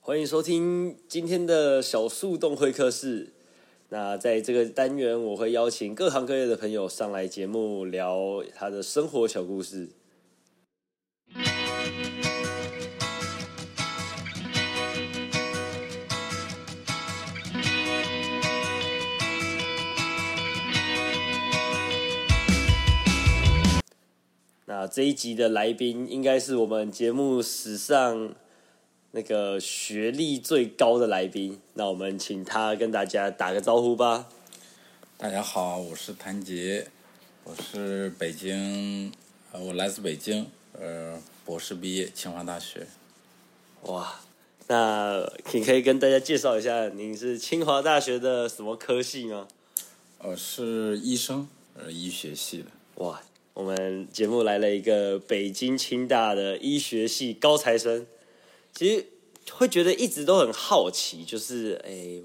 欢迎收听今天的小树洞会客室。那在这个单元，我会邀请各行各业的朋友上来节目聊他的生活小故事。那这一集的来宾应该是我们节目史上那个学历最高的来宾，那我们请他跟大家打个招呼吧。大家好，我是谭杰，我是北京，呃，我来自北京，呃，博士毕业，清华大学。哇，那你可以跟大家介绍一下，您是清华大学的什么科系吗？呃，是医生，呃，医学系的。哇，我们节目来了一个北京清大的医学系高材生，其实会觉得一直都很好奇，就是哎、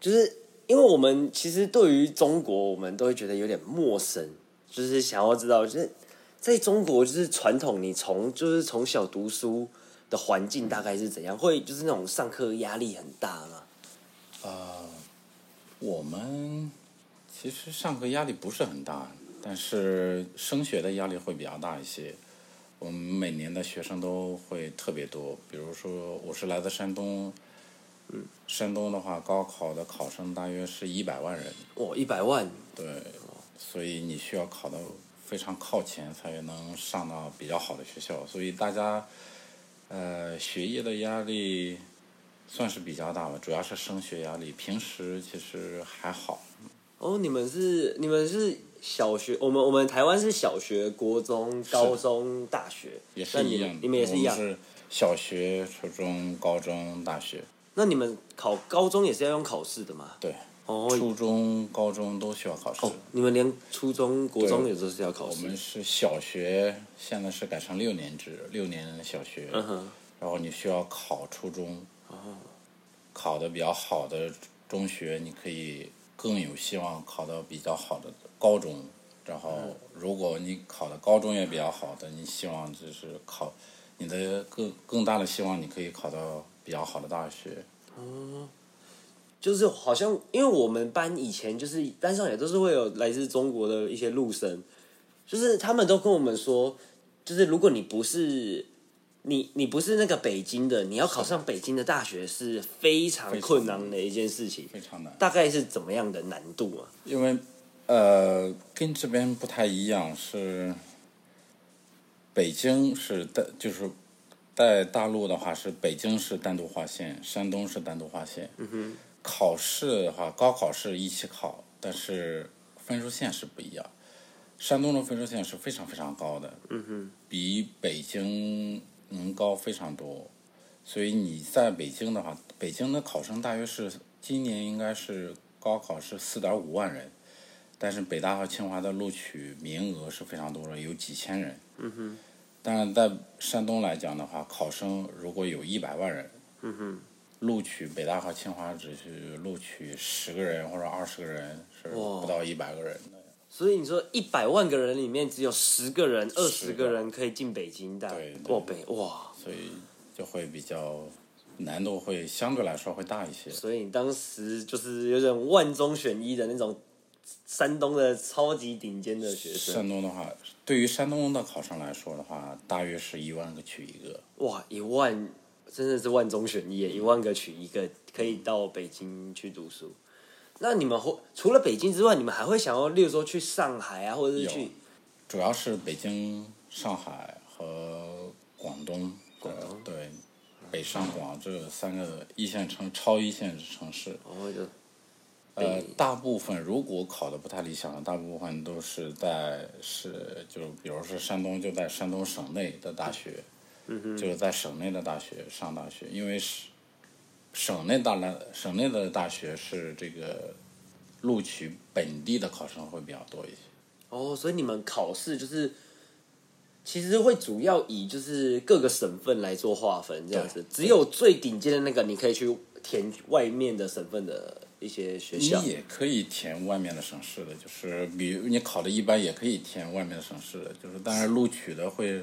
就是因为我们其实对于中国，我们都会觉得有点陌生，就是想要知道，就是在中国，就是传统，你从就是从小读书的环境大概是怎样？会就是那种上课压力很大吗？我们其实上课压力不是很大，但是升学的压力会比较大一些。我们每年的学生都会特别多，比如说我是来自山东，呃山东的话，高考的考生大约是一百万人，哇，一百万，对，所以你需要考到非常靠前才能上到比较好的学校，所以大家，呃，学业的压力算是比较大吧，主要是升学压力，平时其实还好。哦，你们是你们是小学，我们我们台湾是小学、国中、高中、大学，也那是你一们样的，你们也是一样我。们是小学、初中、高中、大学，那你们考高中也是要用考试的吗？对，哦，初中、高中都需要考试。哦，你们连初中、国中也都是要考我试们。是小学，现在是改成六年制，六年小学，嗯哼，然后你需要考初中，考的比较好的中学，你可以更有希望考到比较好的高中。然后，如果你考的高中也比较好的，你希望就是考你的更更大的希望，你可以考到比较好的大学。就是好像因为我们班以前就是班上也都是会有来自中国的一些陆生，就是他们都跟我们说，就是如果你不是你你不是那个北京的，你要考上北京的大学是非常非常困难的一件事情。非常难。大概是怎么样的难度啊？因为呃，跟这边不太一样，是北京是单，就是在大陆的话是北京是单独划线，山东是单独划线。嗯哼。考试的话，高考是一起考，但是分数线是不一样。山东的分数线是非常非常高的，嗯哼，比北京能高非常多。所以你在北京的话，北京的考生大约是今年应该是高考是四点五万人，但是北大和清华的录取名额是非常多的，有几千人。嗯哼。但是在山东来讲的话，考生如果有一百万人，嗯哼，录取北大和清华只是录取十个人或者二十个人，是哇不到一百个人的。所以你说一百万个人里面只有十个人、二十10个个人可以进北京大，对对哇北哇！所以就会比较难度会相对来说会大一些。所以你当时就是有点万中选一的那种，山东的超级顶尖的学生，山东的话，对于山东的考生来说的话，大约是一万个取一个。哇，一万真的是万中选一耶，一万个取一个，可以到北京去读书。那你们会除了北京之外，你们还会想要，例如说去上海啊，或者是有去主要是北京、上海和广东，广东、对，北上广这三个一线城超一线城市。哦，就呃，大部分如果考的不太理想的，大部分都是在是就比如说山东就在山东省内的大学，嗯就是在省内的大学上大学，因为是省内大来省内的大学是这个录取本地的考生会比较多一些。哦，所以你们考试就是，其实会主要以就是各个省份来做划分，这样子。只有最顶尖的那个，你可以去填外面的省份的一些学你校。也可以填外面的省市的，就是比如你考的一般也可以填外面的省市的，就是但是录取的会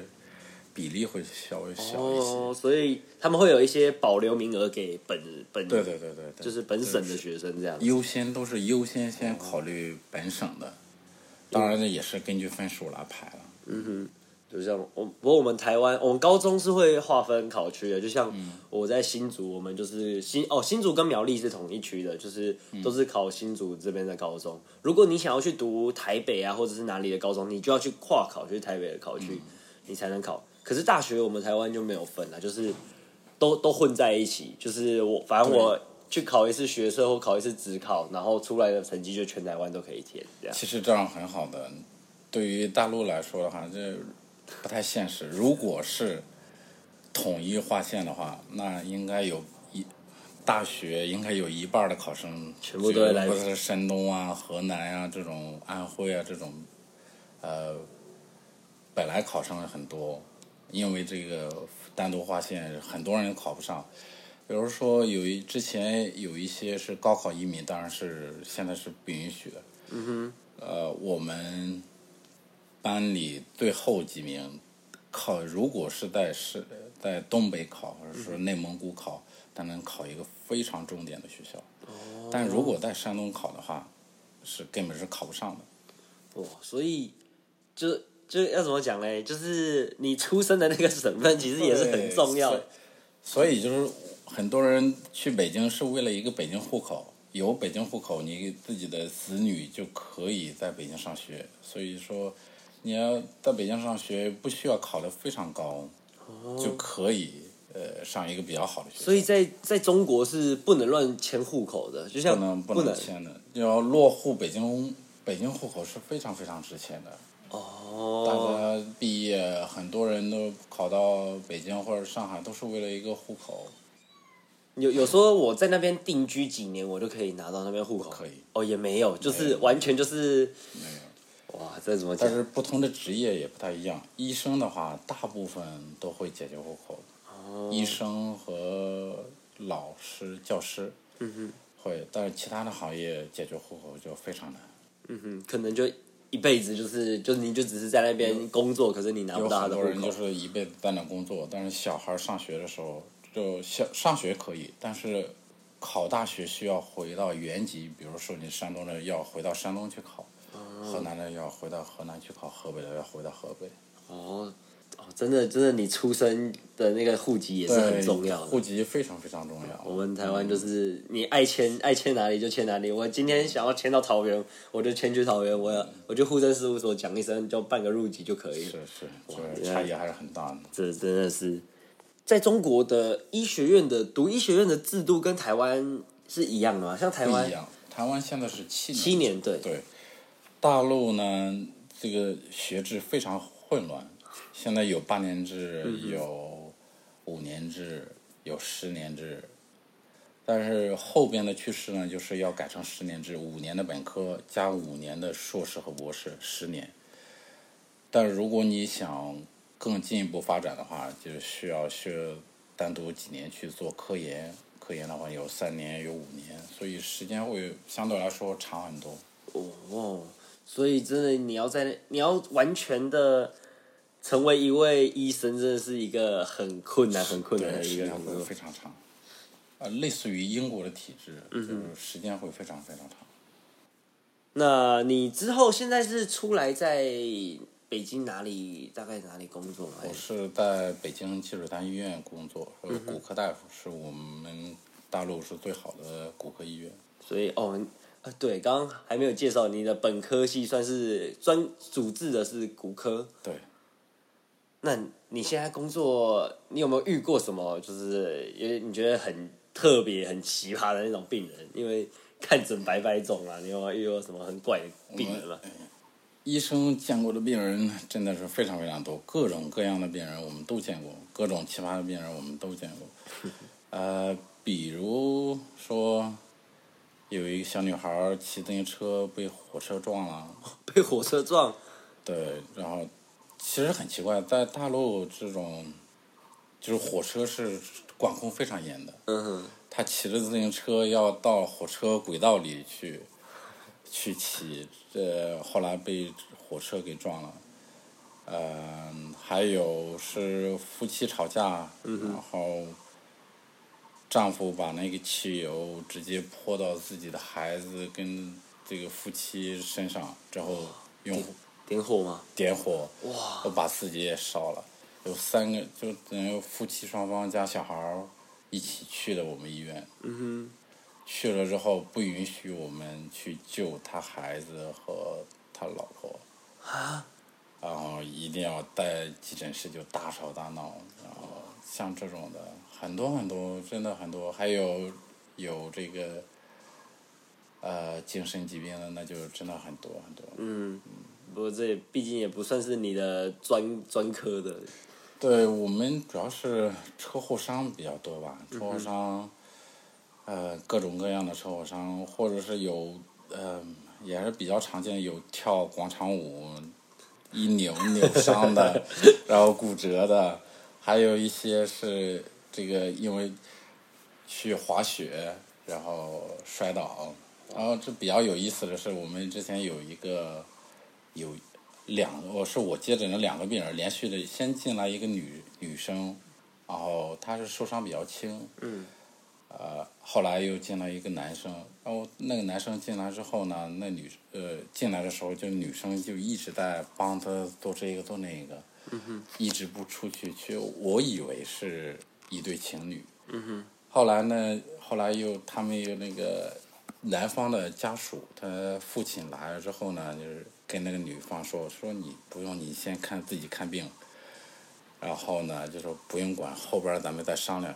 比例会稍微小一些。哦，所以他们会有一些保留名额给本本对对对对对，就是本省的学生这样。优先都是优先先考虑本省的，当然这也是根据分数来排了。就像我，不过我们台湾，我们高中是会划分考区的。就像我在新竹，我们就是新哦，新竹跟苗栗是同一区的，就是都是考新竹这边的高中。如果你想要去读台北啊，或者是哪里的高中，你就要去跨考去台北的考区，你才能考。可是大学我们台湾就没有分了，就是都都混在一起。就是我，反正我去考一次学测或考一次职考，然后出来的成绩就全台湾都可以填，这样其实这样很好的，对于大陆来说的话，这不太现实。如果是统一划线的话，那应该有一大学应该有一半的考生全部都会来不是山东啊、河南啊这种、安徽啊这种，呃，本来考生很多，因为这个单独划线，很多人考不上。比如说有一之前有一些是高考移民，当然是现在是不允许的。嗯呃，我们班里最后几名考，如果是在是在东北考，或者是内蒙古考，他能考一个非常重点的学校。但如果在山东考的话，是根本是考不上的。哇！所以就就要怎么讲嘞？就是你出生的那个省份其实也是很重要的。所以就是很多人去北京是为了一个北京户口，有北京户口，你自己的子女就可以在北京上学。所以说，你要在北京上学，不需要考得非常高，就可以呃上一个比较好的学校。所以在在中国是不能乱迁户口的，就像不能不能签的，要落户北京，北京户口是非常非常值钱的。大哦，家毕业，很多人都考到北京或者上海，都是为了一个户口。有有说我在那边定居几年，我就可以拿到那边户口，可以哦，也没有，就是完全就是没有。哇，这怎么但讲？是不同的职业也不太一样。医生的话，大部分都会解决户口，医生和老师、教师，嗯哼，会。但是其他的行业解决户口就非常难，嗯哼，可能就一辈子就是就是你就只是在那边工作，可是你拿有不到他很的户多人就口。是一辈子在那工作，但是小孩上学的时候，就小上学可以，但是考大学需要回到原籍，比如说你山东的要回到山东去考，哦河南的要回到河南去考，河北的要回到河北。哦哦，真的真的，你出生的那个户籍也是很重要的户。籍非常非常重要。我们台湾就是你爱迁爱迁哪里就迁哪里。我今天想要迁到桃园，我就迁去桃园。我我就户政事务所讲一声，就办个入籍就可以了。是是，就是差异还是很大的。这真的是，在中国的医学院的读医学院的制度跟台湾是一样的吗？像台不湾一样，台湾现在是七年。七。年对，对，大陆呢，这个学制非常混乱，现在有八年制，有五年制，有十年制。但是后边的趋势呢，就是要改成十年制，五年的本科加五年的硕士和博士，十年。但如果你想更进一步发展的话，就是需要学单独几年去做科研，科研的话有三年有五年，所以时间会相对来说长很多。哦，所以真的你要在你要完全的成为一位医生，真的是一个很困难很困难的对，一时个间工会作。非常长。呃，类似于英国的体制，嗯就是时间会非常非常长。哎那你之后现在是出来在北京哪里？大概哪里工作吗？我是在北京积水潭医院工作，嗯是骨科大夫，是我们大陆是最好的骨科医院。所以哦，呃，对，刚刚还没有介绍你的本科系，算是专主治的是骨科。对，那你现在工作，你有没有遇过什么就是因为你觉得很特别、很奇葩的那种病人？因为看准白白肿啊，你有没有遇过什么很怪的病人吗？医生见过的病人真的是非常非常多，各种各样的病人我们都见过，各种奇葩的病人我们都见过。 呃，比如说，有一个小女孩儿骑自行车被火车撞了，被火车撞，对，然后其实很奇怪，在大陆这种就是火车是管控非常严的，嗯哼，他骑着自行车要到火车轨道里去呃去骑，这后来被火车给撞了。呃，还有是夫妻吵架，然后丈夫把那个汽油直接泼到自己的孩子跟这个夫妻身上，之后用点火吗？点火，都把自己也烧了。有三个，就等于夫妻双方加小孩儿一起去的我们医院。嗯哼。去了之后不允许我们去救他孩子和他老婆。啊。然后一定要带急诊室就大吵大闹，然后像这种的很多很多，真的很多，还有有这个。呃，精神疾病的那就真的很多很多。不过这也毕竟也不算是你的专专科的，对我们主要是车祸伤比较多吧，车祸伤，呃，各种各样的车祸伤，或者是有，呃，也是比较常见，有跳广场舞一扭扭伤的，然后骨折的，还有一些是这个因为去滑雪然后摔倒，然后这比较有意思的是，我们之前有一个有两个，我是我接诊了两个病人，连续的先进来一个女女生，然后她是受伤比较轻，嗯，呃，后来又进来一个男生，然后那个男生进来之后呢，那女呃进来的时候就女生就一直在帮他做这个做那个，嗯哼，一直不出去，去我以为是一对情侣，嗯哼，后来呢，后来又他们又那个男方的家属，他父亲来了之后呢，就是跟那个女方说，说你不用，你先看自己看病，然后呢，就说不用管，后边儿咱们再商量。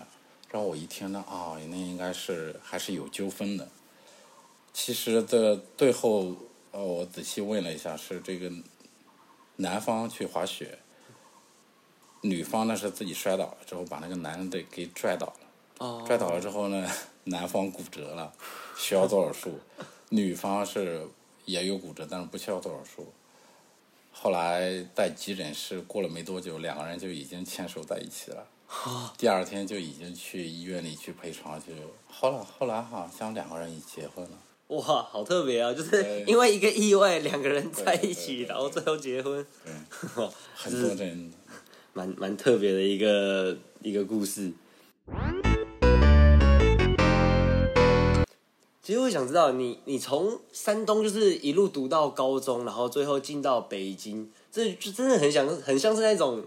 然后我一听呢，啊、那应该是还是有纠纷的。其实这最后，呃，我仔细问了一下，是这个男方去滑雪，女方呢是自己摔倒了之后把那个男的给拽倒了。哦摔倒了之后呢， 男方骨折了，需要做手术；女方是也有骨折，但是不需要做手术。后来在急诊室过了没多久，两个人就已经牵手在一起了。第二天就已经去医院里去陪床去。后来后来好像两个人已结婚了。哇，好特别啊！就是对因为一个意外，两个人在一对起，对对然后最后结婚，对，很多人 蛮蛮特别的一个一个故事。其实我想知道，你你从山东就是一路读到高中，然后最后进到北京，这就真的很想很像是那种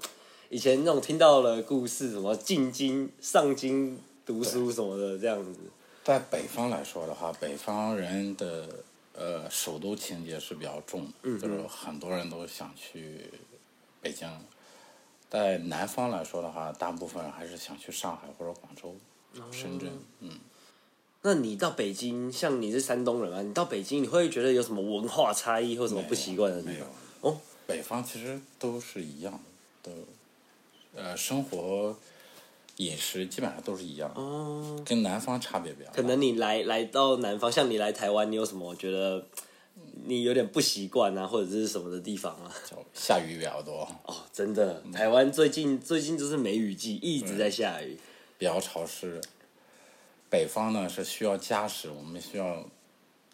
以前那种听到了故事，什么进京、上京读书什么的这样子。在北方来说的话，北方人的呃首都情节是比较重的，嗯就是很多人都想去北京。在南方来说的话，大部分还是想去上海或者广州、哦深圳。嗯，那你到北京，像你是山东人啊，你到北京你会觉得有什么文化差异或什么不习惯的地没有方？。哦，北方其实都是一样的，都呃生活饮食基本上都是一样的，跟南方差别比较大。哦可能你来来到南方，像你来台湾，你有什么觉得你有点不习惯啊，或者是什么的地方啊？就下雨比较多，哦，真的，嗯台湾最近最近就是梅雨季，一直在下雨。比较潮湿。北方呢是需要加湿，我们需要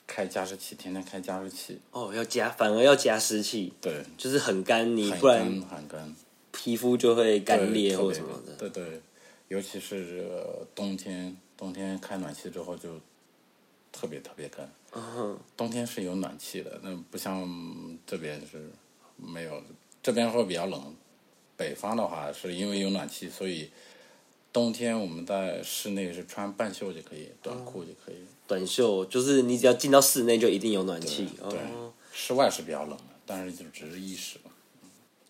开加湿器，天天开加湿器。哦，要加，反而要加湿器，对，就是很干，你很不然干很干，皮肤就会干裂对特或别什么的。对对，尤其是这个冬天，冬天开暖气之后就特别特别干。嗯冬天是有暖气的，那不像这边是没有，这边会比较冷。北方的话是因为有暖气，所以冬天我们在室内是穿半袖就可以，短嗯裤就可以。短袖就是你只要进到室内就一定有暖气。对哦，，室外是比较冷的，但是就只是一时。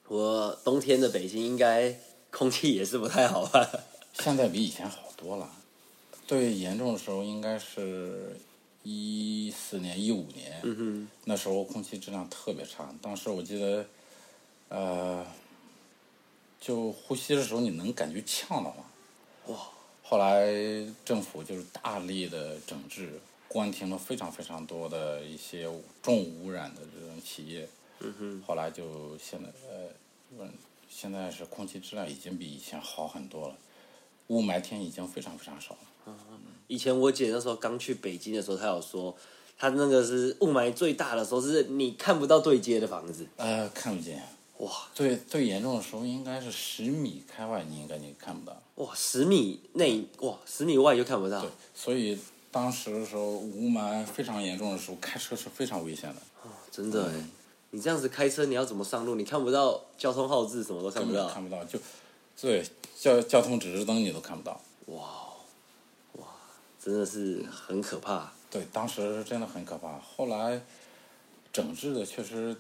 我冬天的北京应该空气也是不太好吧？ 现在比以前好多了。最严重的时候应该是一四年、一五年，那时候空气质量特别差。当时我记得，呃，就呼吸的时候你能感觉呛得慌。哇！后来政府就是大力的整治，关停了非常非常多的一些重污染的这种企业。嗯哼。后来就现在呃，问现在是空气质量已经比以前好很多了，雾霾天已经非常非常少了。以前我姐那时候刚去北京的时候，她有说，她那个是雾霾最大的时候，是你看不到对接的房子，呃，看不见，哇最最严重的时候应该是十米开外，你应该你看不到。哇，十米内哇，十米外就看不到对，，所以当时的时候雾霾非常严重的时候，开车是非常危险的，真的哎、你这样子开车，你要怎么上路？你看不到交通号志，什么都看根不本到。看不到，就对交交通指示灯你都看不到。哇哦，哇，真的是很可怕。对，当时是真的很可怕。后来整治的确实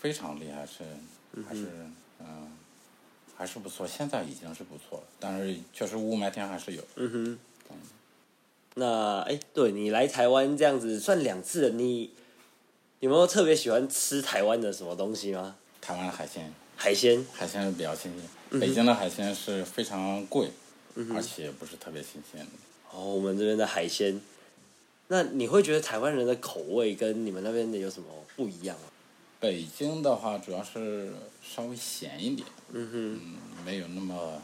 非常厉害，是还是嗯、还是不错。现在已经是不错了，但是确实雾霾天还是有。嗯哼，那哎、对你来台湾这样子算两次了，你有没有特别喜欢吃台湾的什么东西吗？台湾的海鲜，海鲜海鲜是比较新鲜，北京的海鲜是非常贵，而且不是特别新鲜的。哦，我们这边的海鲜，那你会觉得台湾人的口味跟你们那边的有什么不一样吗？北京的话，主要是稍微咸一点，嗯哼，没有那么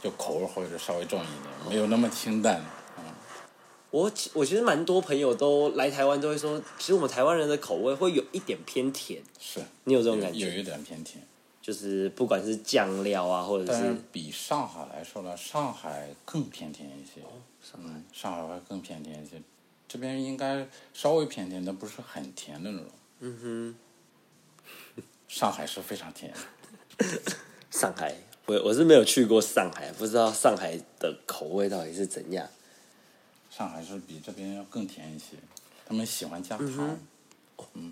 就口味或者稍微重一点，没有那么清淡。嗯，我其我其实蛮多朋友都来台湾都会说，其实我们台湾人的口味会有一点偏甜，是你有这有种感有觉？一点偏甜，就是不管是酱料啊，或者但是是比上海来说呢，上海更偏甜一些。上海、嗯、上海会更偏甜一些，这边应该稍微偏甜，但不是很甜的那种。嗯哼，上海是非常甜。上海，我我是没有去过上海，不知道上海的口味到底是怎样。上海是比这边要更甜一些，他们喜欢加嗯糖。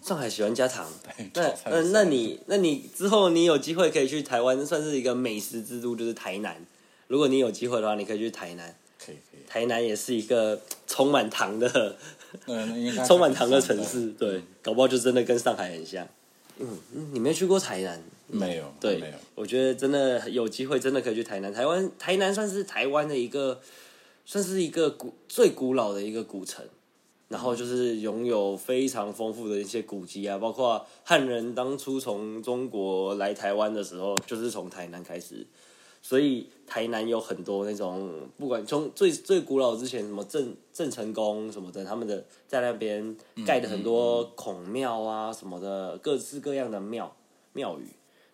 上海喜欢加糖，嗯 对那炒菜那的时候那你那你之后你有机会可以去台湾，算是一个美食之都，就是台南。如果你有机会的话，你可以去台南。可以可以，台南也是一个充满糖的、那那应该充满糖的城是市，对，搞不好就真的跟上海很像。嗯，嗯你没去过台南，没有，对没有，，我觉得真的有机会，真的可以去台南。台湾台南算是台湾的一个，算是一个古最古老的一个古城，然后就是拥有非常丰富的一些古迹啊，包括汉人当初从中国来台湾的时候，就是从台南开始，所以台南有很多那种不管从最最古老之前什么郑郑成功什么的，他们的在那边盖的很嗯多孔庙啊什么的，各式各样的庙庙宇。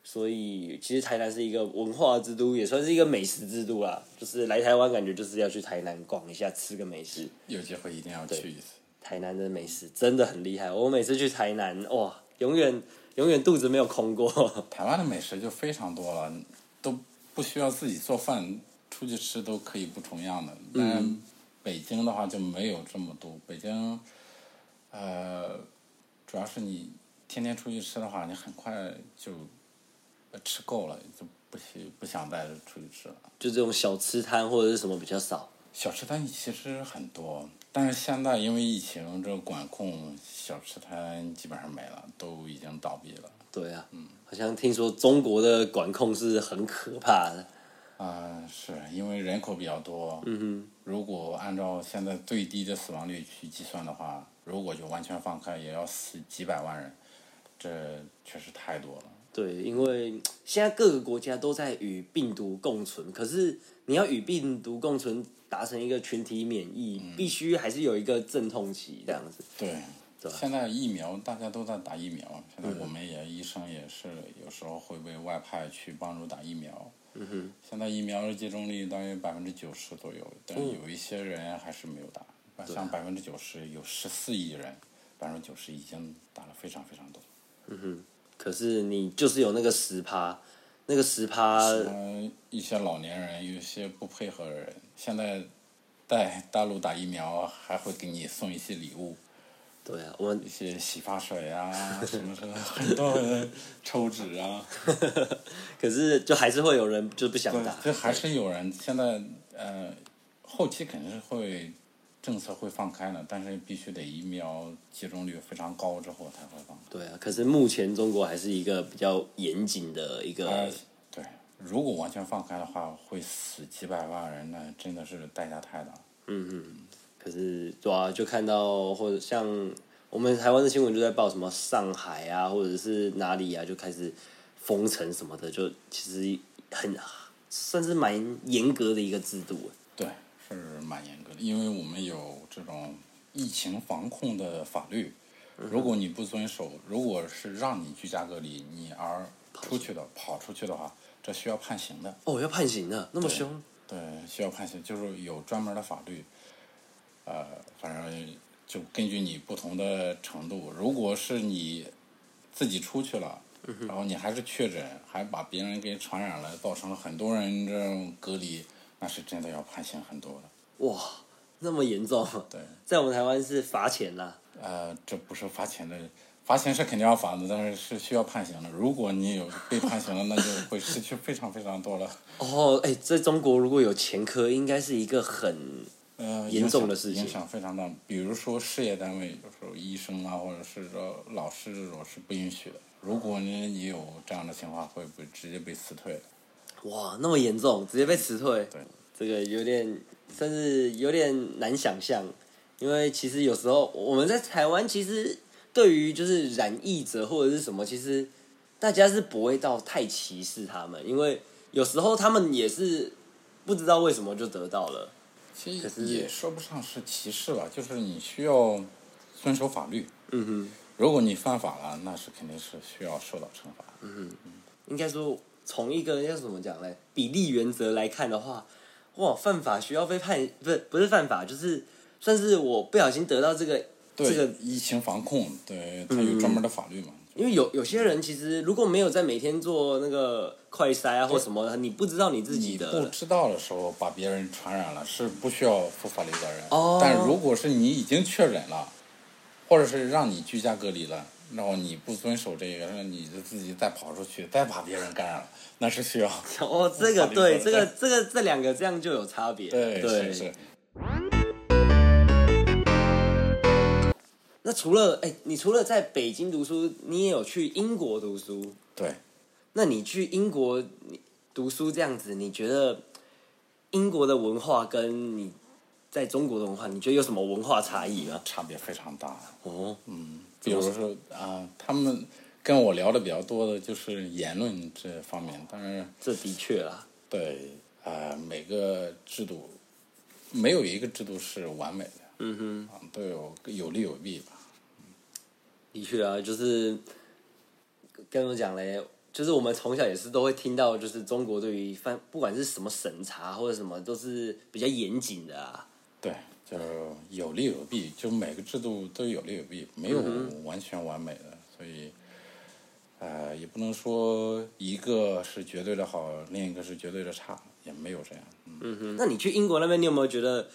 所以其实台南是一个文化之都，也算是一个美食之都啦。就是来台湾，感觉就是要去台南逛一下，吃个美食。有机会一定要去一次。台南的美食真的很厉害，我每次去台南，哇，永远永远肚子没有空过。台湾的美食就非常多了，都不需要自己做饭，出去吃都可以不重样的。嗯但北京的话就没有这么多，北京，呃，主要是你天天出去吃的话，你很快就呃吃够了，就不喜不想再出去吃了。就这种小吃摊或者是什么比较少，小吃摊其实很多，但是现在因为疫情这个管控，小吃摊基本上没了，都已经倒闭了。对啊，好像听说中国的管控是很可怕的，啊、是因为人口比较多。嗯如果按照现在最低的死亡率去计算的话，如果就完全放开，也要死几百万人，这确实太多了。对，因为嗯现在各个国家都在与病毒共存，可是你要与病毒共存，达成一个群体免疫，必须还是有一个阵痛期这样子。对，对现在疫苗大家都在打疫苗，现在我们也、医生也是有时候会被外派去帮助打疫苗。嗯哼，现在疫苗的接种率大约百分之九十左右，但有一些人还是没有打，像百分之九十有十四亿人，百分之九十已经打了非常非常多。可是你就是有那个十趴，那个十趴，嗯，一些老年人，有些不配合的人，现在在大陆打疫苗还会给你送一些礼物，对啊，我们一些洗发水啊，什么什么，很多人抽纸啊，可是就还是会有人就不想打，这还是有人现在呃，后期肯定是会政策会放开的，但是必须得疫苗接种率非常高之后才会放开。对啊。可是目前中国还是一个比较严谨的一个，呃，对，如果完全放开的话，会死几百万人，那真的是代价太大了。嗯可是对啊，就看到或者像我们台湾的新闻就在报什么上海啊，或者是哪里啊，就开始封城什么的，就其实很算是蛮严格的一个制度啊。对，是蛮严格的，因为我们有这种疫情防控嗯的法律。如果你不遵守，如果是让你居家隔离，你而出去的跑出去的话，这需要判刑的。哦，要判刑的，那么凶？对，需要判刑，就是有专门的法律。呃，反正就根据你不同的程度，如果是你自己出去了，然后你还是确诊，还把别人给传染了，造成了很多人这种隔离，那是真的要判刑很多的。哇，那么严重？对，在我们台湾是罚钱啦。呃，这不是罚钱的，罚钱是肯定要罚的，但是是需要判刑的。如果你有被判刑了，那就会失去非常非常多了。哦，哎，在中国如果有前科，应该是一个很呃，严影重响的事情影响非常大。比如说事业单位，就是医生啊，或者是说老师这种是不允许的。如果你你有这样的情况，会被直接被辞退的。哇，那么严重，直接被辞退。对，这个有点，甚至有点难想象，因为其实有时候我们在台湾，其实对于就是染疫者或者是什么，其实大家是不会到太歧视他们，因为有时候他们也是不知道为什么就得到了。其可实是也说不上是歧视吧，就是你需要遵守法律。嗯哼，如果你犯法了，那是肯定是需要受到惩罚。嗯应该说从一个要怎么讲嘞，比例原则来看的话，哇，犯法需要被判，不是不是犯法，就是算是我不小心得到这个对，这个嗯疫情防控，对，它有专门的法律嘛。因为有有些人其实如果没有在每天做那个快筛啊或什么的，你不知道你自己你不的知道的时候把别人传染了，是不需要负法律责任。哦但如果是你已经确诊了，或者是让你居家隔离了，然后你不遵守这个，那你就自己再跑出去，再把别人感染了，那 是需要。哦，这个法律对，这责任个这个这两个这样就有差别，对，对是是。那除了哎，你除了在北京读书，你也有去英国读书。对，那你去英国你读书这样子，你觉得英国的文化跟你在中国的文化，你觉得有什么文化差异吗？差别非常大。哦，比如说啊、他们跟我聊的比较多的就是言论这方面，但是这的确啦，对啊、每个制度没有一个制度是完美的。嗯哼，都有有利有弊吧。的确啊，就是跟我讲嘞，就是我们从小也是都会听到，就是中国对于犯不管是什么审查或者什么，都是比较严谨的啊。对，就是有利有弊，就每个制度都有利有弊，没有完全完美的，所以，呃，也不能说一个是绝对的好，另一个是绝对的差，也没有这样。嗯，那你去英国那边，你有没有觉得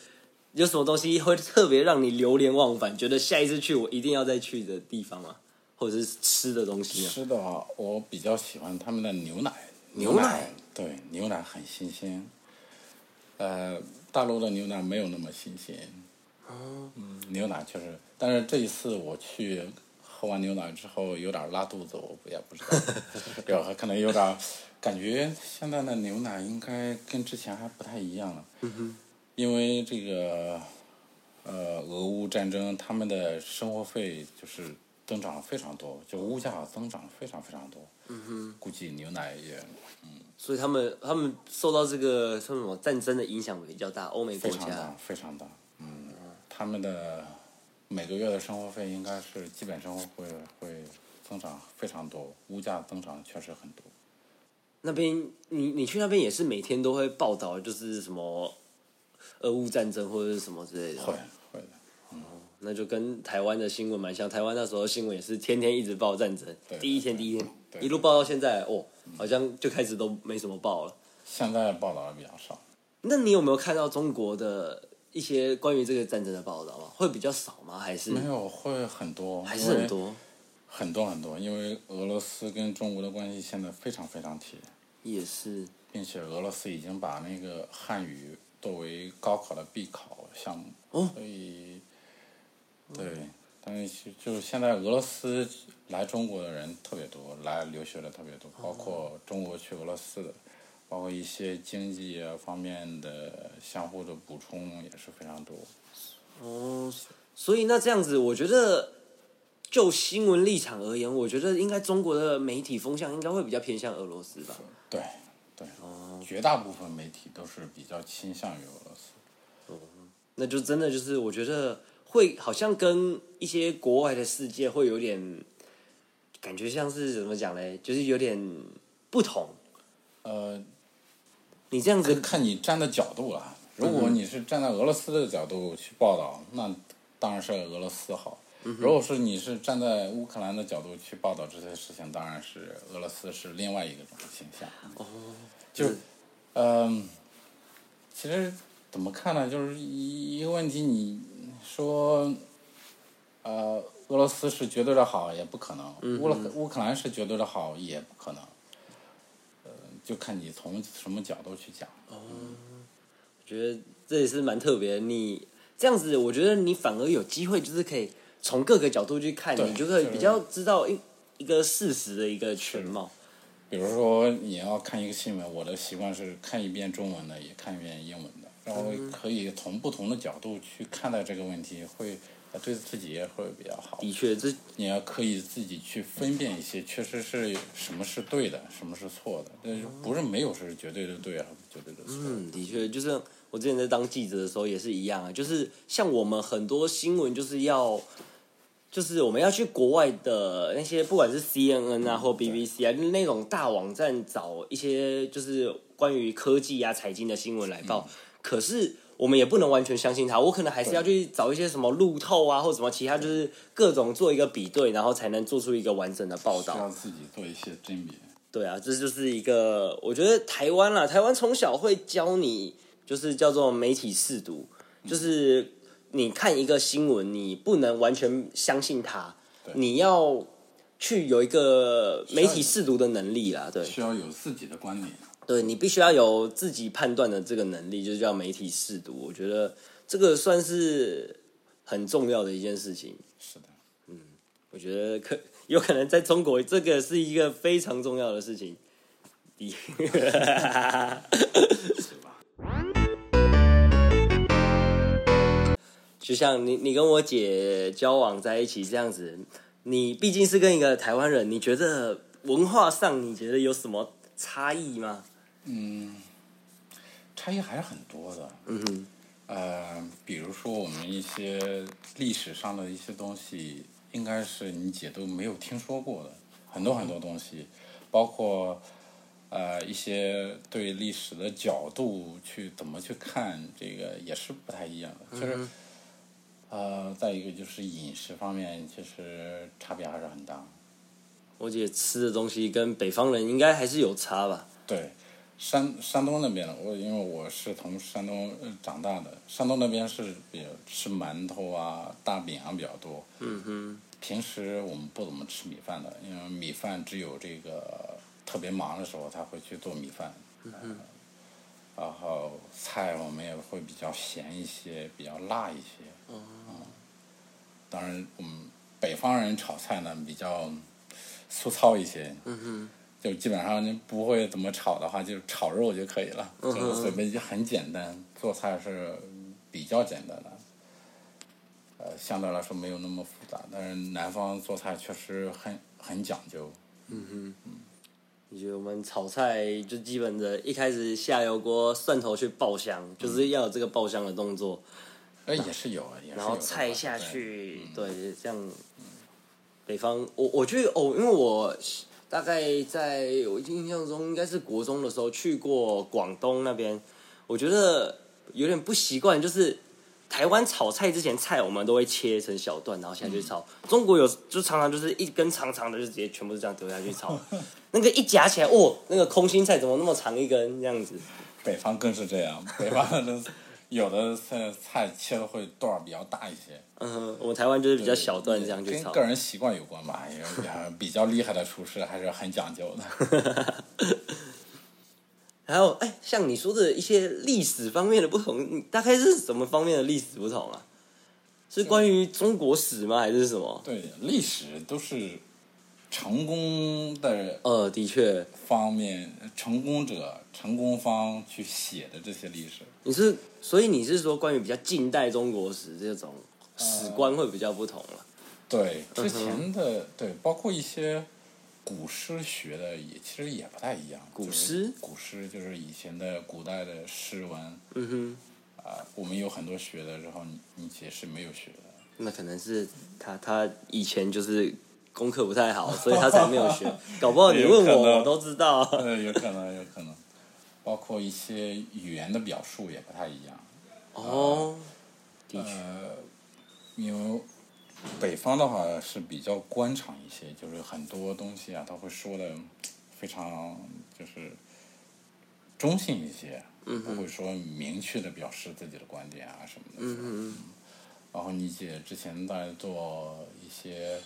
有什么东西会特别让你流连忘返，觉得下一次去我一定要再去的地方吗？或者是吃的东西啊？吃的话，我比较喜欢他们的牛奶，牛牛奶对，牛奶很新鲜。呃，大陆的牛奶没有那么新鲜。哦，嗯，牛奶确实，但是这一次我去喝完牛奶之后有点拉肚子，我也不知 道，有可能有点感觉现在的牛奶应该跟之前还不太一样了，因为这个呃俄乌战争，他们的生活费就是增长非常多，就物价增长非常非常多，估计牛奶也所以他们他们受到这个说什么战争的影响比较大，欧美国非常大家，非常大。嗯，他们的每个月的生活费应该是基本生活会会增长非常多，物价增长确实很多。那边，你你去那边也是每天都会报道，就是什么俄乌战争或者是什么之类的吗。会会的，那就跟台湾的新闻蛮像。台湾那时候新闻也是天天一直报战争，对第一天第一天对一路报到现在，哦，好像就开始都没什么报了。现在报道的比较少。那你有没有看到中国的一些关于这个战争的报道吗？会比较少吗？还是没有，会很多，嗯还是很，多？很多很多。因为俄罗斯跟中国的关系现在非常非常铁，也是并且俄罗斯已经把那个汉语作为高考的必考项目，哦所以，对，但是就是现在俄罗斯来中国的人特别多，来留学的特别多，包括中国去俄罗斯的，包括一些经济啊方面的相互的补充也是非常多。哦。所以那这样子，我觉得就新闻立场而言，我觉得应该中国的媒体风向应该会比较偏向俄罗斯吧。对，对，绝大部分媒体都是比较倾向于俄罗斯。那就真的就是我觉得会好像跟一些国外的世界会有点感觉像是怎么讲嘞，就是有点不同。呃，你这样这子，看你站的角度了。如果你是站在俄罗斯的角度去报道，那当然是俄罗斯好。如果是你是站在乌克兰的角度去报道这些事情，当然是俄罗斯是另外一个种现象。哦，就，嗯、其实怎么看呢？就是一一个问题，你说，呃，俄罗斯是绝对的好也不可能，乌克乌克兰是绝对的好也不可能。呃，就看你从什么角度去讲。我觉得这也是蛮特别的。你这样子，我觉得你反而有机会，就是可以从各个角度去看，对你就会就是比较知道一一个事实的一个全貌。比如说你要看一个新闻，我的习惯是看一遍中文的，也看一遍英文的，然后可以从不同的角度去看待这个问题，会呃对自己也会比较好。的确，这你要刻意自己去分辨一些，确实是什么是对的，什么是错的，但是不是没有是绝对的对啊，绝对的错。嗯，的确，就是我之前在当记者的时候也是一样啊，就是像我们很多新闻就是要，就是我们要去国外的那些，不管是 CNN 啊或 BBC 啊，就是那种大网站找一些就是关于科技啊、财经的新闻来报，可是。我们也不能完全相信他，我可能还是要去找一些什么路透啊，或什么其他，就是各种做一个比对，然后才能做出一个完整的报道是。要自己做一些甄别。对啊，这就是一个，我觉得台湾啦，台湾从小会教你，就是叫做媒体试读，就是你看一个新闻，你不能完全相信它，你要去有一个媒体试读的能力啦，对，需要有自己的观点，对你必须要有自己判断的这个能力，就是叫媒体试读，我觉得这个算是很重要的一件事情。是的，我觉得可有可能在中国，这个是一个非常重要的事情。的是吧？就像你你跟我姐交往在一起这样子，你毕竟是跟一个台湾人，你觉得文化上你觉得有什么差异吗？差异还是很多的。嗯呃，比如说我们一些历史上的一些东西，应该是你姐都没有听说过的，很多很多东西，包括呃一些对历史的角度去怎么去看，这个也是不太一样的。就是、呃，再一个就是饮食方面，其实差别还是很大。我姐吃的东西跟北方人应该还是有差吧？对，山山东那边的，我因为我是从山东呃长大的，山东那边是比较吃馒头啊、大饼啊比较多。嗯哼。平时我们不怎么吃米饭的，因为米饭只有这个特别忙的时候才会去做米饭。嗯然后菜我们也会比较咸一些，比较辣一些。哦、当然，我们北方人炒菜呢比较嗯粗糙一些。嗯就基本上您不会怎么炒的话，就炒肉就可以了，就随便就很简单。做菜是比较简单的，呃，相对来说没有那么复杂。但是南方做菜确实很很讲究，你觉得我们炒菜就基本的一开始下油锅，蒜头去爆香，就是要有这个爆香的动作，呃，也是有啊，也是有的。嗯然后菜下去，对，这样。北方，我我去哦，因为我大概在我印象中应该是国中的时候去过广东那边，我觉得有点不习惯，就是台湾炒菜之前菜我们都会切成小段，然后下嗯去炒，中国有就常常就是一根长长的就直接全部是这样丢下去 炒，那个一夹起来，哦，那个空心菜怎么那么长一根这样子？北方更是这样， 北方的有的菜菜切的会段儿比较大一些，嗯哼，我们台湾就是比较小段这样去跟炒个。人习惯有关吧。也也比较厉害的厨师还是很讲究的。还有，哎，像你说的一些历史方面的不同，你大概是什么方面的历史不同啊？是关于中国史吗？还是什么？对，历史都是成功的呃，的确，方面，成功者、成功方去写的这些历史。你是，所以你是说关于比较近代中国史这种史观会比较不同啊了、对，之前的、对，包括一些古诗学的也其实也不太一样。古就是诗古诗就是以前的古代的诗文嗯哼，啊、我们有很多学的，然后你你姐是没有学的。那可能是他他以前就是功课不太好，所以他才没有学。 搞不好你问有可我，能我都知道。呃，有可能，有可能，包括一些语言的表述也不太一样。哦，的确，呃，因为北方的话是比较官场一些，就是很多东西啊，他会说的非常就是中性一些，不会说明确的表示自己的观点啊什么的。嗯然后你姐之前在做一些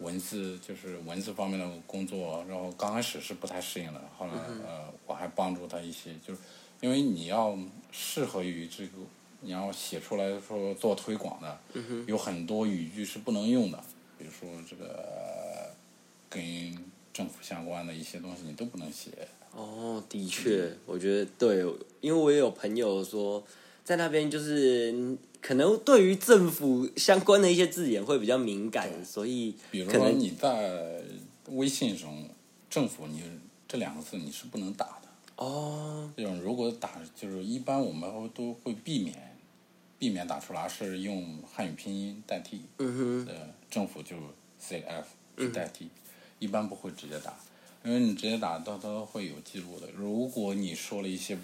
文字，就是文字方面的工作，然后刚开始是不太适应的，后来、嗯呃，我还帮助她一些，就是因为你要适合于这个，你要写出来说做推广的，嗯有很多语句是不能用的，比如说这个、呃跟政府相关的一些东西你都不能写，哦，的确，我觉得对，因为我也有朋友说，在那边就是嗯可能对于政府相关的一些字眼会比较敏感，所以比如可说能你在微信中，政府你这两个字你是不能打的。哦，这种如果打就是一般我们会都会避免，避免打出来是用汉语拼音代替，嗯呃，政府就 CF 去代替，一般不会直接打，因为你直接打到它会有记录的。如果你说了一些不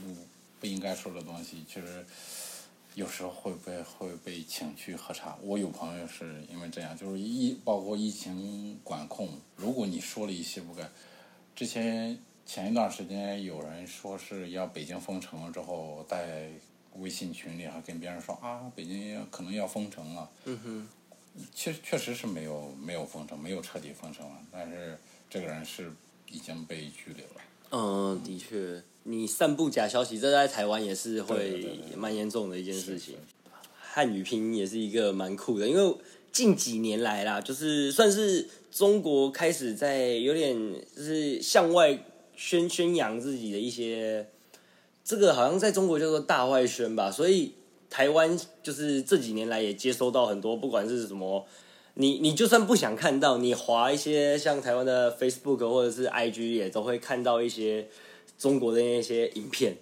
不应该说的东西，其实有时候会被会被请去喝茶。我有朋友是因为这样，就是疫包括疫情管控，如果你说了一些不该，之前前一段时间有人说是要北京封城之后，在微信群里还跟别人说啊，北京要可能要封城了。嗯哼，确确实是没有没有封城，没有彻底封城了，但是这个人是已经被拘留了。哼，嗯，的确，你散布假消息，这在台湾也是对对会对对蛮严重的一件事是情是。汉语拼音也是一个蛮酷的，因为近几年来啦，就是算是中国开始在有点就是向外宣宣扬自己的一些，这个好像在中国叫做大外宣吧，所以台湾就是这几年来也接收到很多，不管是什么。你你就算不想看到，你划一些像台湾的 Facebook 或者是 IG 也都会看到一些中国的那些影片，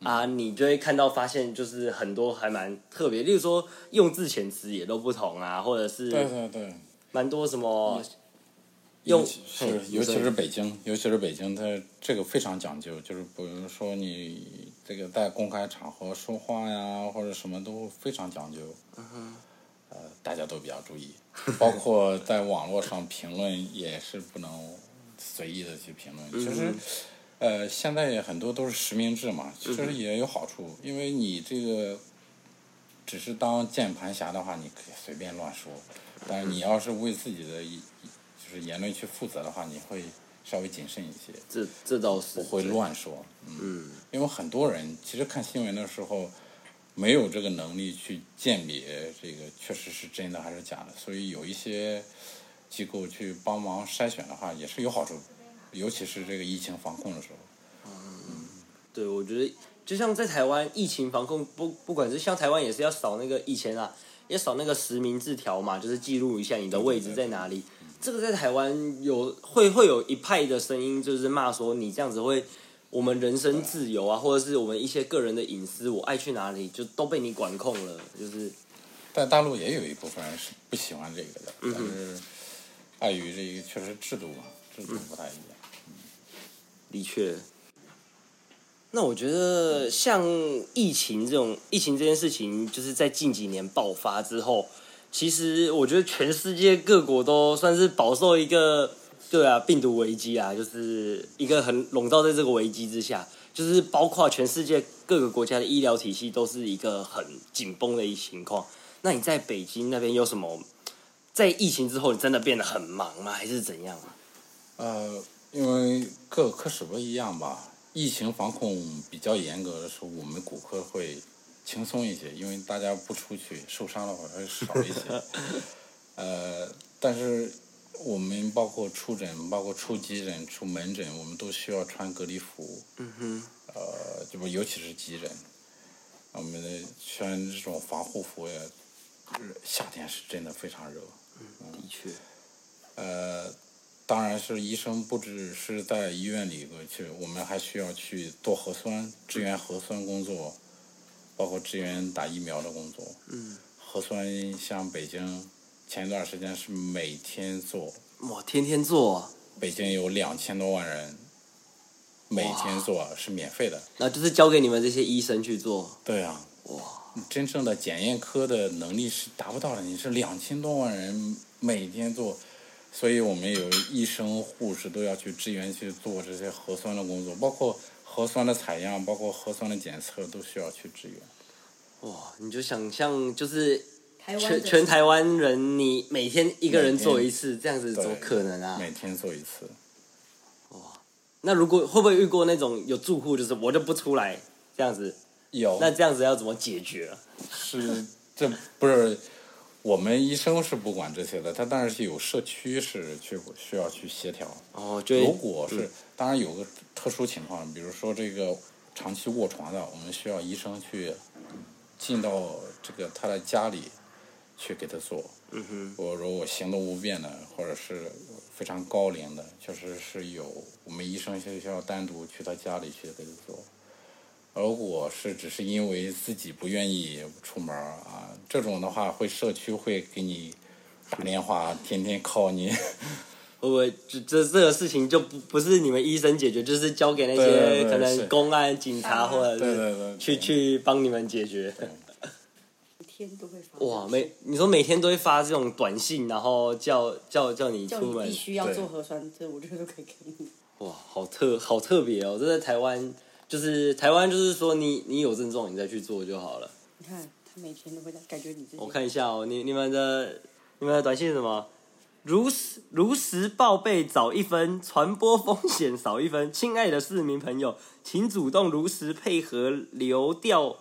啊，你就会看到发现就是很多还蛮特别，例如说用字遣词也都不同啊，或者对是对对。蛮多什么用尤其是尤其是北京，尤其是北京，它这个非常讲究，就是比如说你这个在公开场合说话呀，或者什么都非常讲究。呃，大家都比较注意，包括在网络上评论也是不能随意的去评论。其实，呃，现在也很多都是实名制嘛，其实也有好处，因为你这个只是当键盘侠的话，你可以随便乱说，但是你要是为自己的一就是言论去负责的话，你会稍微谨慎一些，这这倒是不会乱说。嗯，因为很多人其实看新闻的时候没有这个能力去鉴别这个确实是真的还是假的，所以有一些机构去帮忙筛选的话也是有好处，尤其是这个疫情防控的时候。对，我觉得就像在台湾疫情防控，不不管是像台湾也是要扫那个以前啊，要扫那个实名制条嘛，就是记录一下你的位置在哪里。这个在台湾有会会有一派的声音，就是骂说你这样子会我们人身自由啊，或者是我们一些个人的隐私，我爱去哪里就都被你管控了，就是在大陆也有一部分人是不喜欢这个的，但是碍于这个确实制度嘛，制度不太一样。的确。那我觉得像疫情这种疫情这件事情，就是在近几年爆发之后，其实我觉得全世界各国都算是饱受一个对啊病毒危机啊，就是一个很笼罩在这个危机之下，就是包括全世界各个国家的医疗体系都是一个很紧绷的一情况。那你在北京那边有什么？在疫情之后，你真的变得很忙吗？还是怎样啊？呃，因为各个科室不一样吧，疫情防控比较严格的时候，我们骨科会轻松一些，因为大家不出去，受伤的话会少一 些。呃，但是我们包括出诊、包括出急诊、出门诊，我们都需要穿隔离服。嗯哼。呃，就不尤其是急诊，我们的穿这种防护服也，夏天是真的非常热。的确，呃，当然是医生不只是在医院里头去，我们还需要去做核酸，支援核酸工作，包括支援打疫苗的工作。嗯。核酸像北京前一段时间是每天做，哇，天天做，啊北京有两千多万人，每天做是免费的。那就是交给你们这些医生去做。对啊，哇，真正的检验科的能力是达不到的。你是两千多万人每天做，所以我们有医生、护士都要去支援去做这些核酸的工作，包括核酸的采样，包括核酸的检测都需要去支援。哇，你就想象就是台湾全的全台湾人，你每天一个人每天做一次，这样子怎么对可能啊？每天做一次，那如果会不会遇过那种有住户就是我就不出来这样子？有那这样子要怎么解决啊？是这不是我们医生是不管这些的，他当然是有社区是去需要去协调。哦，就如果是当然有个特殊情况，比如说这个长期卧床的，我们需要医生去进到这个他的家里去给他做。嗯哼。我如果行动不便的，或者是非常高龄的，确实是有我们医生是需要单独去他家里去给他做。如果是只是因为自己不愿意出门儿啊，这种的话，会社区会给你打电话，天天 call 你。 会不会就这这个事情就不不是你们医生解决，就是交给那对对些对可是能公安、警察当然或者对是对对，去去帮你们解决。每天都会发生哇，每你说每天都会发这种短信，然后叫叫叫你叫出你门必，须要对做核酸，这我觉得都可以给你。哇，好特好特别哦！这在台湾，就是台湾就是说你你有症状你再去做就好了。你看他每天都会在，感觉你自己。我看一下哦，你你们的你们的短信是什么？如实如实报备早一分，传播风险少一分。亲爱的市民朋友，请主动如实配合流调，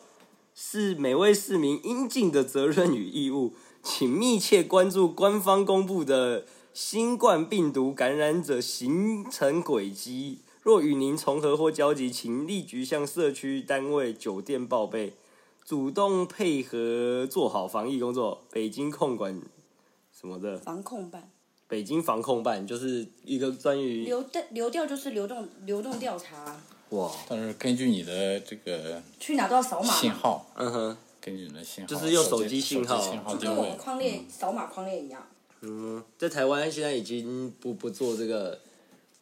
是每位市民应尽的责任与义务。请密切关注官方公布的新冠病毒感染者行程轨迹。若与您重合或交集，请立即向社区单位、酒店报备。主动配合做好防疫工作。北京控管什么的，防控办北京防控办就是一个关于流调流调就是流动流动调查，哇，但是根据你的这个去哪都要扫码信嘛，号，嗯哼，根据你的信号，就是用手机机信信号号就定跟我位们。框列扫码框列一样。在台湾现在已经不不做这个，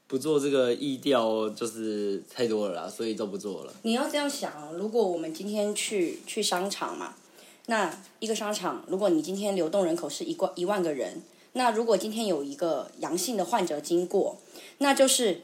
不做这个意调就是太多了啦，所以都不做了。你要这样想，如果我们今天去去商场嘛，那一个商场，如果你今天流动人口是一万一万个人，那如果今天有一个阳性的患者经过，那就是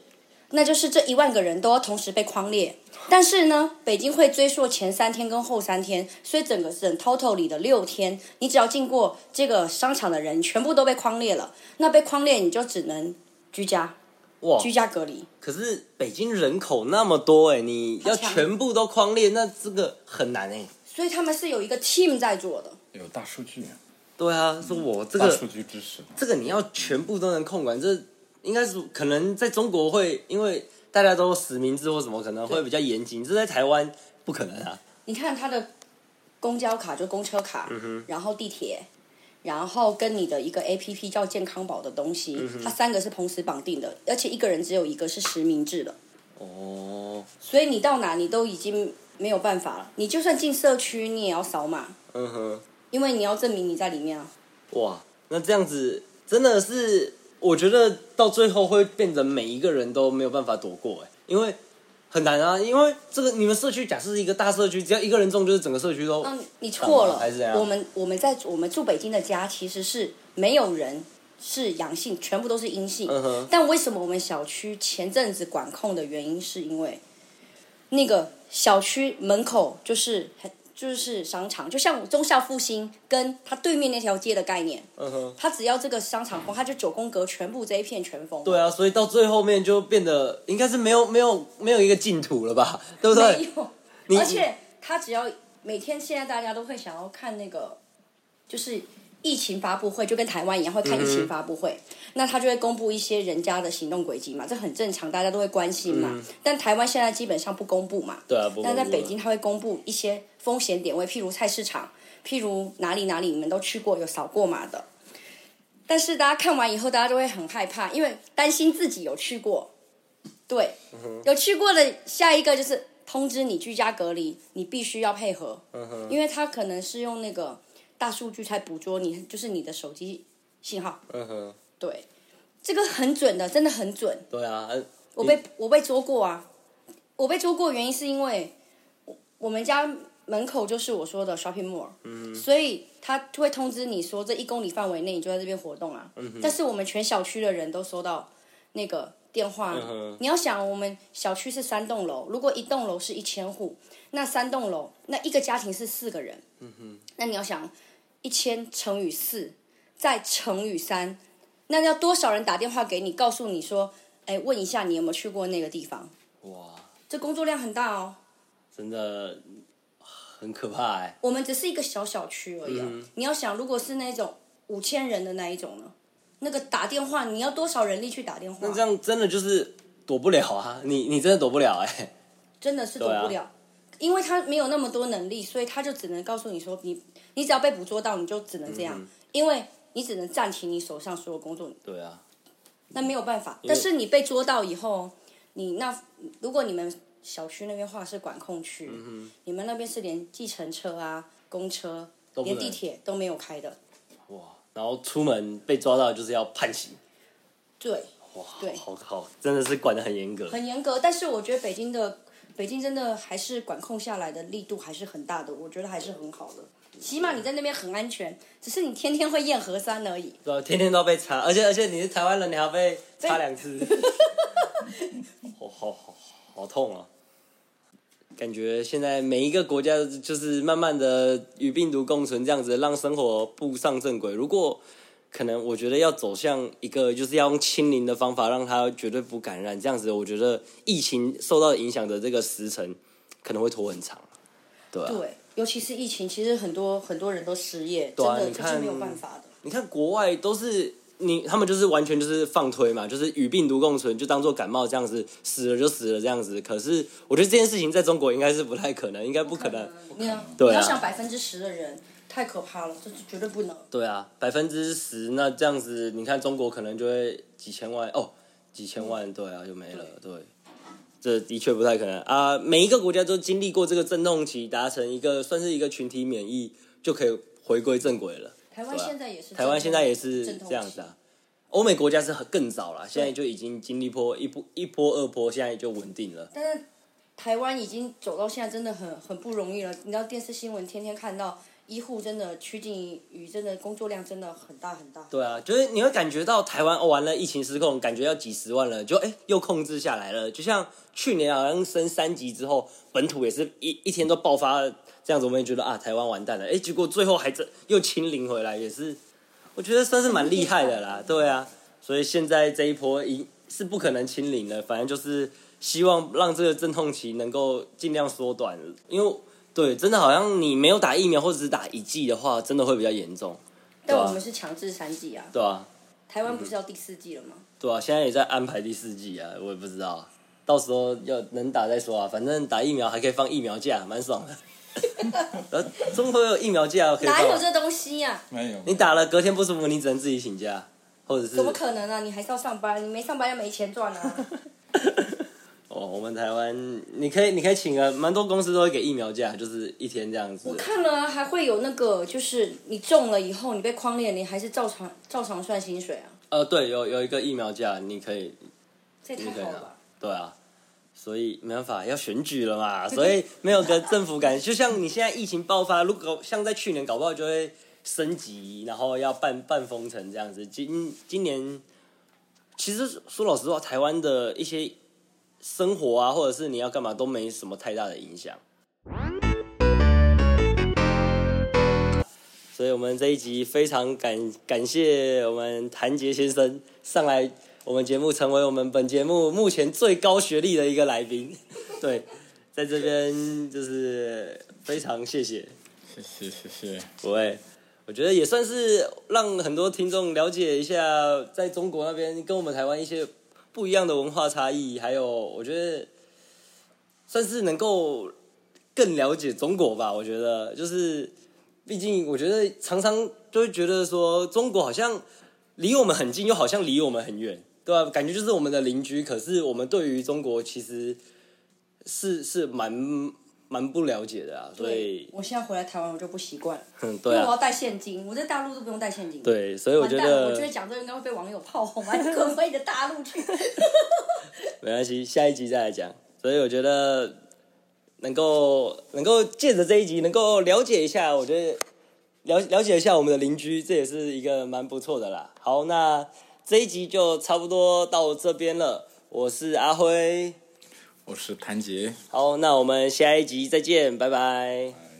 那就是这一万个人都要同时被框列。但是呢，北京会追溯前三天跟后三天，所以整个整 total 里的六天，你只要经过这个商场的人全部都被框列了，那被框列你就只能居家哇，居家隔离。可是北京人口那么多哎、你要好强全部都框列，那这个很难哎、所以他们是有一个 team 在做的。有大数据，对啊，说我这大个数据支持。这个你要全部都能控管，这应该是可能在中国会因为大家都实名制或什么，可能会比较严谨。这在台湾不可能啊！你看他的公交卡就公车卡，然后地铁，然后跟你的一个 A P P 叫健康宝的东西，它三个是同时绑定的，而且一个人只有一个是实名制的，哦，所以你到哪你都已经没有办法了。你就算进社区，你也要扫码，嗯哼，因为你要证明你在里面啊。哇，那这样子真的是，我觉得到最后会变成每一个人都没有办法躲过哎，因为很难啊，因为这个你们社区假设是一个大社区，只要一个人中，就是整个社区都啊那嗯你错还是怎了样，我们我们在我们住北京的家其实是没有人。是阳性，全部都是阴性。嗯哼但为什么我们小区前阵子管控的原因，是因为那个小区门口就是很就是商场，就像中校复兴跟它对面那条街的概念，嗯哼，它只要这个商场封，它就九宫格全部这一片全封。对啊，所以到最后面就变得应该是没有没有没有一个净土了吧， 对不对？没有，而且他只要每天现在大家都会想要看那个，就是疫情发布会，就跟台湾一样会看疫情发布会，嗯那他就会公布一些人家的行动轨迹嘛，这很正常，大家都会关心嘛。但台湾现在基本上不公布嘛，嗯对啊，不但在不北不京他会公布一些风险点位，譬如菜市场，譬如哪里哪里，你们都去过有扫过码的。但是大家看完以后，大家都会很害怕，因为担心自己有去过。对，有去过的下一个就是通知你居家隔离，你必须要配合，因为他可能是用那个大数据才捕捉你，就是你的手机信号。嗯哼，对，这个很准的，真的很准。对啊，呃我你被我被捉过啊！我被捉过的原因是因为我我们家门口就是我说的 shopping mall，、所嗯以他会通知你说这一公里范围内你就在这边活动啊。嗯但是我们全小区的人都收到那个电话。嗯哼你要想，我们小区是三栋楼，如果一栋楼是一千户，那三栋楼那一个家庭是四个人。嗯那你要想，一千乘以四，再乘以三，那要多少人打电话给你，告诉你说，哎，问一下你有没有去过那个地方？哇，这工作量很大哦。真的很可怕哎、我们只是一个小小区而已、嗯哦。你要想，如果是那种五千人的那一种呢？那个打电话，你要多少人力去打电话那？这样真的就是躲不了啊，你你真的躲不了哎、真的是躲不对啊了，因为他没有那么多能力，所以他就只能告诉你说，你你只要被捕捉到，你就只能嗯这样，因为你只能暂停你手上所有工作，对啊，那没有办法。但是你被捉到以后，你那如果你们小区那边话是管控区，嗯你们那边是连计程车啊、公车、不能连地铁都没有开的，哇，然后出门被抓到就是要判刑，对，哇，对好好，真的是管得很严格，很严格。但是我觉得北京的北京真的还是管控下来的力度还是很大的，我觉得还是很好的。起码你在那边很安全，只是你天天会验核酸而已。对啊，天天都要被查，而且而且你是台湾人，你还要被查两次，好好好好痛啊！感觉现在每一个国家就是慢慢的与病毒共存，这样子让生活步上正轨。如果可能，我觉得要走向一个就是要用清零的方法，让它绝对不感染，这样子我觉得疫情受到影响的这个时程可能会拖很长，对啊。对，尤其是疫情，其实很多很多人都失业，对啊真你的这看是没有办法的。你看国外都是你，他们就是完全就是放推嘛，就是与病毒共存，就当做感冒这样子，死了就死了这样子。可是我觉得这件事情在中国应该是不太可能，应该不可能。你要对啊你要想百分之十的人，太可怕了，这是绝对不能。对啊，百分之十，那这样子，你看中国可能就会几千万哦，几千万，对啊，就没了，对。这的确不太可能啊！每一个国家都经历过这个阵痛期，达成一个算是一个群体免疫，就可以回归正轨了。台湾对啊现在也是，台湾现在也是阵痛这样子期啊。欧美国家是很更早了，现在就已经经历波一波一波二波，现在就稳定了。但是台湾已经走到现在真的很很不容易了。你知道电视新闻天天看到医护真的趋近于真的工作量真的很大很大。对啊，就是你会感觉到台湾、哦、完了疫情失控，感觉要几十万了，就哎、又控制下来了。就像去年好像升三级之后，本土也是一一天都爆发了这样子，我们也觉得啊台湾完蛋了，哎、结果最后还真又清零回来，也是我觉得算是蛮厉害的啦。对啊，所以现在这一波一是不可能清零的，反正就是希望让这个阵痛期能够尽量缩短，因为对真的好像你没有打疫苗或者只打一剂的话，真的会比较严重，但对啊我们是强制三季啊，对啊。台湾不是要第四季了吗？对啊，现在也在安排第四季啊，我也不知道，到时候要能打再说啊。反正打疫苗还可以放疫苗假，蛮爽的。 呃，中国有疫苗假可以放哪有啊。这东西呀、没有你打了隔天不舒服，你只能自己请假，或者是怎么可能啊？你还是要上班，你没上班又没钱 赚啊。哦，我们台湾你可以你可以请啊，蛮多公司都会给疫苗假，就是一天这样子我。看了啊还会有那个，就是你中了以后，你被框列，你还是照常照常算薪水啊，呃，对，有有一个疫苗假，你可以这也你太可以好了拿吧？，对啊，所以没办法，要选举了嘛， 所以没有个政府感，就像你现在疫情爆发，如果像在去年搞不好就会升级，然后要办办封城这样子。今今年其实说老实话，台湾的一些生活啊，或者是你要干嘛都没什么太大的影响。所以我们这一集非常感感谢我们谭杰先生上来我们节目，成为我们本节目目前最高学历的一个来宾。对，在这边就是非常谢谢。谢谢谢谢，不会，我觉得也算是让很多听众了解一下，在中国那边跟我们台湾一些不一样的文化差异，还有我觉得算是能够更了解中国吧。我觉得就是，毕竟我觉得常常就会觉得说，中国好像离我们很近，又好像离我们很远，对吧、感觉就是我们的邻居，可是我们对于中国其实是是蛮蛮不了解的啊，所以我现在回来台湾我就不习惯了，嗯，因对为我啊要，带现金，我在大陆都不用带现金。，对，所以我完觉蛋了，我得觉得讲这个应该会被网友炮轰啊！你滚回你的大陆去。没关系，下一集再来讲。所以我觉得能够能够借着这一集，能够了解一下，我觉得了了解一下我们的邻居，这也是一个蛮不错的啦。好，那这一集就差不多到这边了。我是阿辉，我是谭杰。好，那我们下一集再见，拜拜。哎